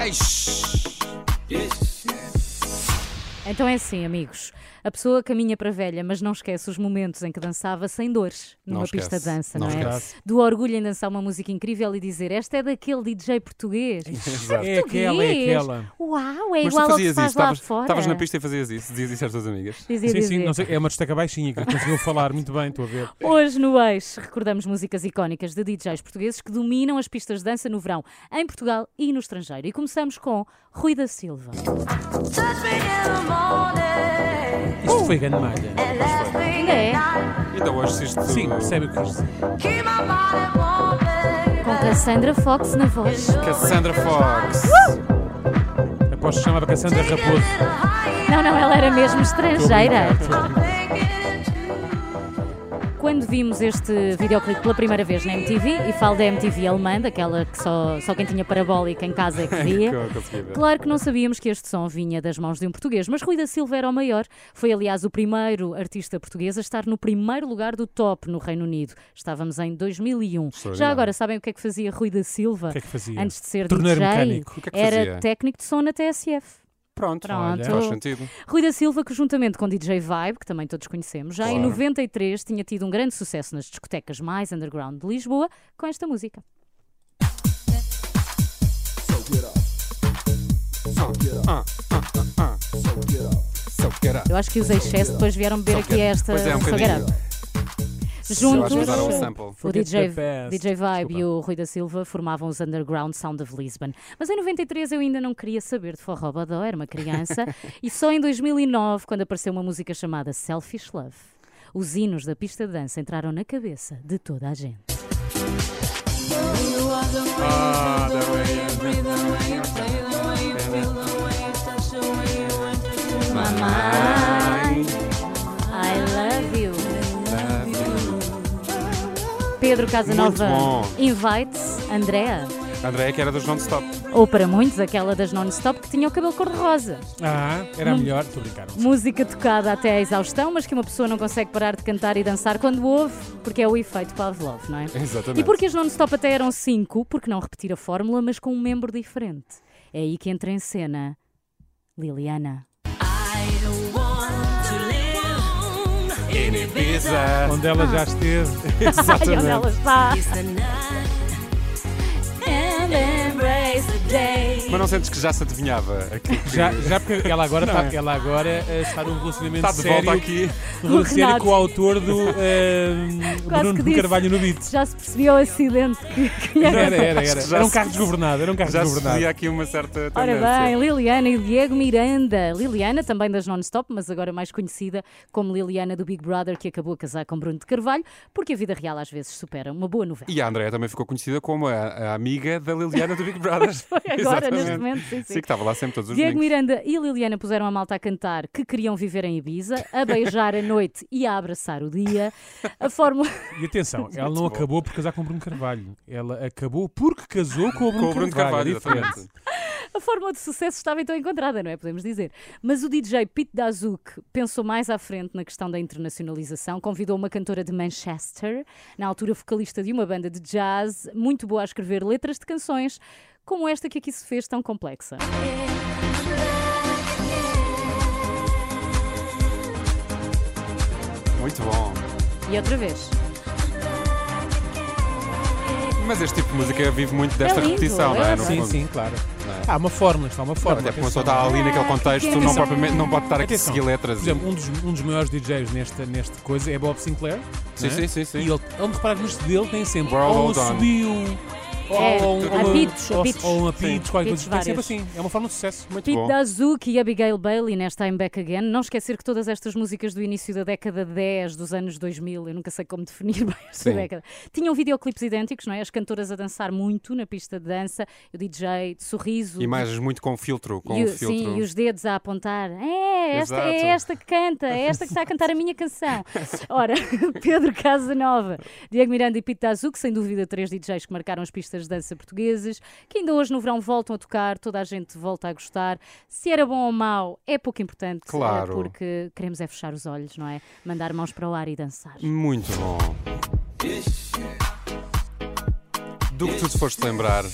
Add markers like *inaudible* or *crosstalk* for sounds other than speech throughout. Eis. Então é assim, amigos. A pessoa caminha para velha, mas não esquece os momentos em que dançava sem dores Não numa esquece. pista de dança, não, Não é? esquece. Do orgulho em dançar uma música incrível e dizer esta é daquele DJ português. Exato. É aquela, é aquela. Uau, é Mas igual tu ao fazias que faz isso, lá estavas, fora. estavas na pista e fazias isso, dizias isso às tuas amigas. Dizia, Sim, sim, dizia. não sei, é uma destaca baixinha que conseguiu falar muito bem, estou a ver. Hoje no Eixo recordamos músicas icónicas de DJs portugueses que dominam as pistas de dança no verão, em Portugal e no estrangeiro. E começamos com Rui da Silva. Isto foi grande malha. Ainda é, Ainda Então, hoje se isto. Sim, percebe o que é. quis dizer. com Cassandra Fox na voz. Cassandra Fox. Aposto que chamava Cassandra Raposo. Não, não, ela é era mesmo estrangeira. Quando vimos este videoclipe pela primeira vez na MTV, e falo da MTV alemã, daquela que só, só quem tinha parabólica em casa é que Que via. eu consegui ver. Claro que não sabíamos que este som vinha das mãos de um português, mas Rui da Silva era o maior. Foi, aliás, o primeiro artista português a estar no primeiro lugar do top no Reino Unido. Estávamos em 2001. Já Extraordinário. agora, sabem o que é que fazia Rui da Silva O que é que fazia? antes de ser Torneiro DJ? mecânico. O que é que fazia? Era técnico de som na TSF. Pronto. Pronto. Faz sentido. Rui da Silva, que juntamente com DJ Vibe, que também todos conhecemos, já em Claro. 93 tinha tido um grande sucesso nas discotecas mais underground de Lisboa com esta música. Ah, ah, ah, ah. So get up. Eu acho que os excesso depois vieram beber aqui esta Pois é, um So Get bocadinho. Up. Eu acho que Juntos, usaram um sample. o Forget DJ, the past. DJ Vibe e o Rui da Silva formavam os Underground Sound of Lisbon. Mas em 93 eu ainda não queria saber de forró badó, era *laughs* uma criança. e só em 2009, quando apareceu uma música chamada Selfish Love, os hinos da pista de dança entraram na cabeça de toda a gente. Mãe, I love you. Pedro Casanova bom. invites Andrea. Andréia, que era dos non-stop. Ou para muitos, aquela das non-stop que tinha o cabelo cor-de-rosa. Ah, era a melhor. Estou a brincar. não sei. Música tocada até à exaustão, mas que uma pessoa não consegue parar de cantar e dançar quando ouve, porque é o efeito Pavlov, não é? Exatamente. E porque as non-stop até eram cinco, porque não repetir a fórmula, mas com um membro diferente. É aí que entra em cena Liliana. In Ibiza. Onde ela já esteve. Ai, onde ela está? Mas não sentes que já se adivinhava aquilo que Já, já porque ela agora, Não está, é? ela agora eh, está num relacionamento está de sério, volta aqui. relacionamento Com o sério Renato. com o autor do eh, Quase Bruno que do disse. Carvalho *laughs* no Beat. Já se percebeu o acidente que, que era. Era, era, era. Acho que já Era um se- carro desgovernado, era um carro Já se desgovernado. via aqui uma certa Ora tendência. bem, Liliana e Diego Miranda. Liliana, também das non-stop, mas agora mais conhecida como Liliana do Big Brother, que acabou a casar com Bruno de Carvalho, porque a vida real às vezes supera uma boa novela. E a Andréia também ficou conhecida como a, a amiga da Liliana do Big *laughs* Brother. Agora, neste momento, Sim, sim, que tá sim. estava lá sempre todos os Diego domingos. Miranda e Liliana puseram a malta a cantar que queriam viver em Ibiza, a beijar a noite e a abraçar o dia. A fórmula. E atenção, ela não bom. acabou por casar com o Bruno Carvalho. Ela acabou porque casou com o Bruno, Com o Bruno Carvalho. é Carvalho, diferente. exatamente. A fórmula de sucesso estava então encontrada, não é? Podemos dizer. Mas o DJ Pete Dazuke pensou mais à frente na questão da internacionalização, convidou uma cantora de Manchester, na altura vocalista de uma banda de jazz, muito boa a escrever letras de canções, como esta que aqui se fez tão complexa. Muito bom. E outra vez. Mas este tipo de música vive muito desta lindo, repetição, não é? é No Sim, fundo. sim, claro. é? Há uma fórmula, está uma fórmula. Até é porque uma pessoa atenção. está ali é naquele contexto, não, Atenção. propriamente, não pode estar aqui a Atenção. seguir letras. Por exemplo, um dos, um dos maiores DJs nesta, nesta coisa é Bob Sinclair. Sim, não é? sim, sim, sim. E ele, onde reparar que isto dele tem sempre World ou um Hold On. subiu, É, ou um apitos, ou- apitos. ou um Sim. apito, qualquer Apitos coisa. Tem sempre vários. assim. É uma forma de sucesso. Muito Pete bom. Dazuke e Abigail Bailey nesta I'm Back Again. Não esquecer que todas estas músicas do início da década 10, dos anos 2000, eu nunca sei como definir *laughs* bem esta Sim. década, tinham videoclipes idênticos, não é? As cantoras a dançar muito na pista de dança, o DJ de sorriso. Imagens muito com filtro, com e, o- filtro. Sim, e os dedos a apontar. É esta, é Exato. esta que canta, é esta que está a cantar a minha canção. Ora, *laughs* Pedro Casanova, Diego Miranda e Pete Dazuco, sem dúvida, três DJs que marcaram as pistas de dança portuguesas, que ainda hoje no verão voltam a tocar, toda a gente volta a gostar. Se era bom ou mau, é pouco importante, eh, Claro. porque queremos é fechar os olhos, não é? Mandar Hum. mãos para o ar e dançar. Muito bom. do que tu te foste lembrar,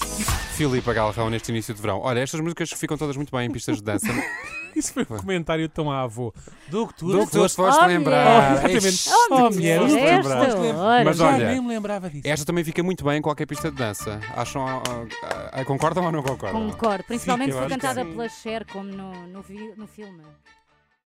Filipe Galrão, neste início de verão. Olha, estas músicas ficam todas muito bem em pistas de *laughs* dança. Isso foi um comentário tão à avô. Do que tu do que tu te foste... foste Olha. lembrar. Oh, exatamente. Ixi, Oh, tu mulher, foste esta lembrar. hora. Mas Já olha, é nem me lembrava disso. Esta também fica muito bem em qualquer pista de dança. Acham, ah, ah, ah, concordam ou não concordam? Concordo, principalmente eu se for acho que cantada sim. pela Cher, como no, no, vi- no filme.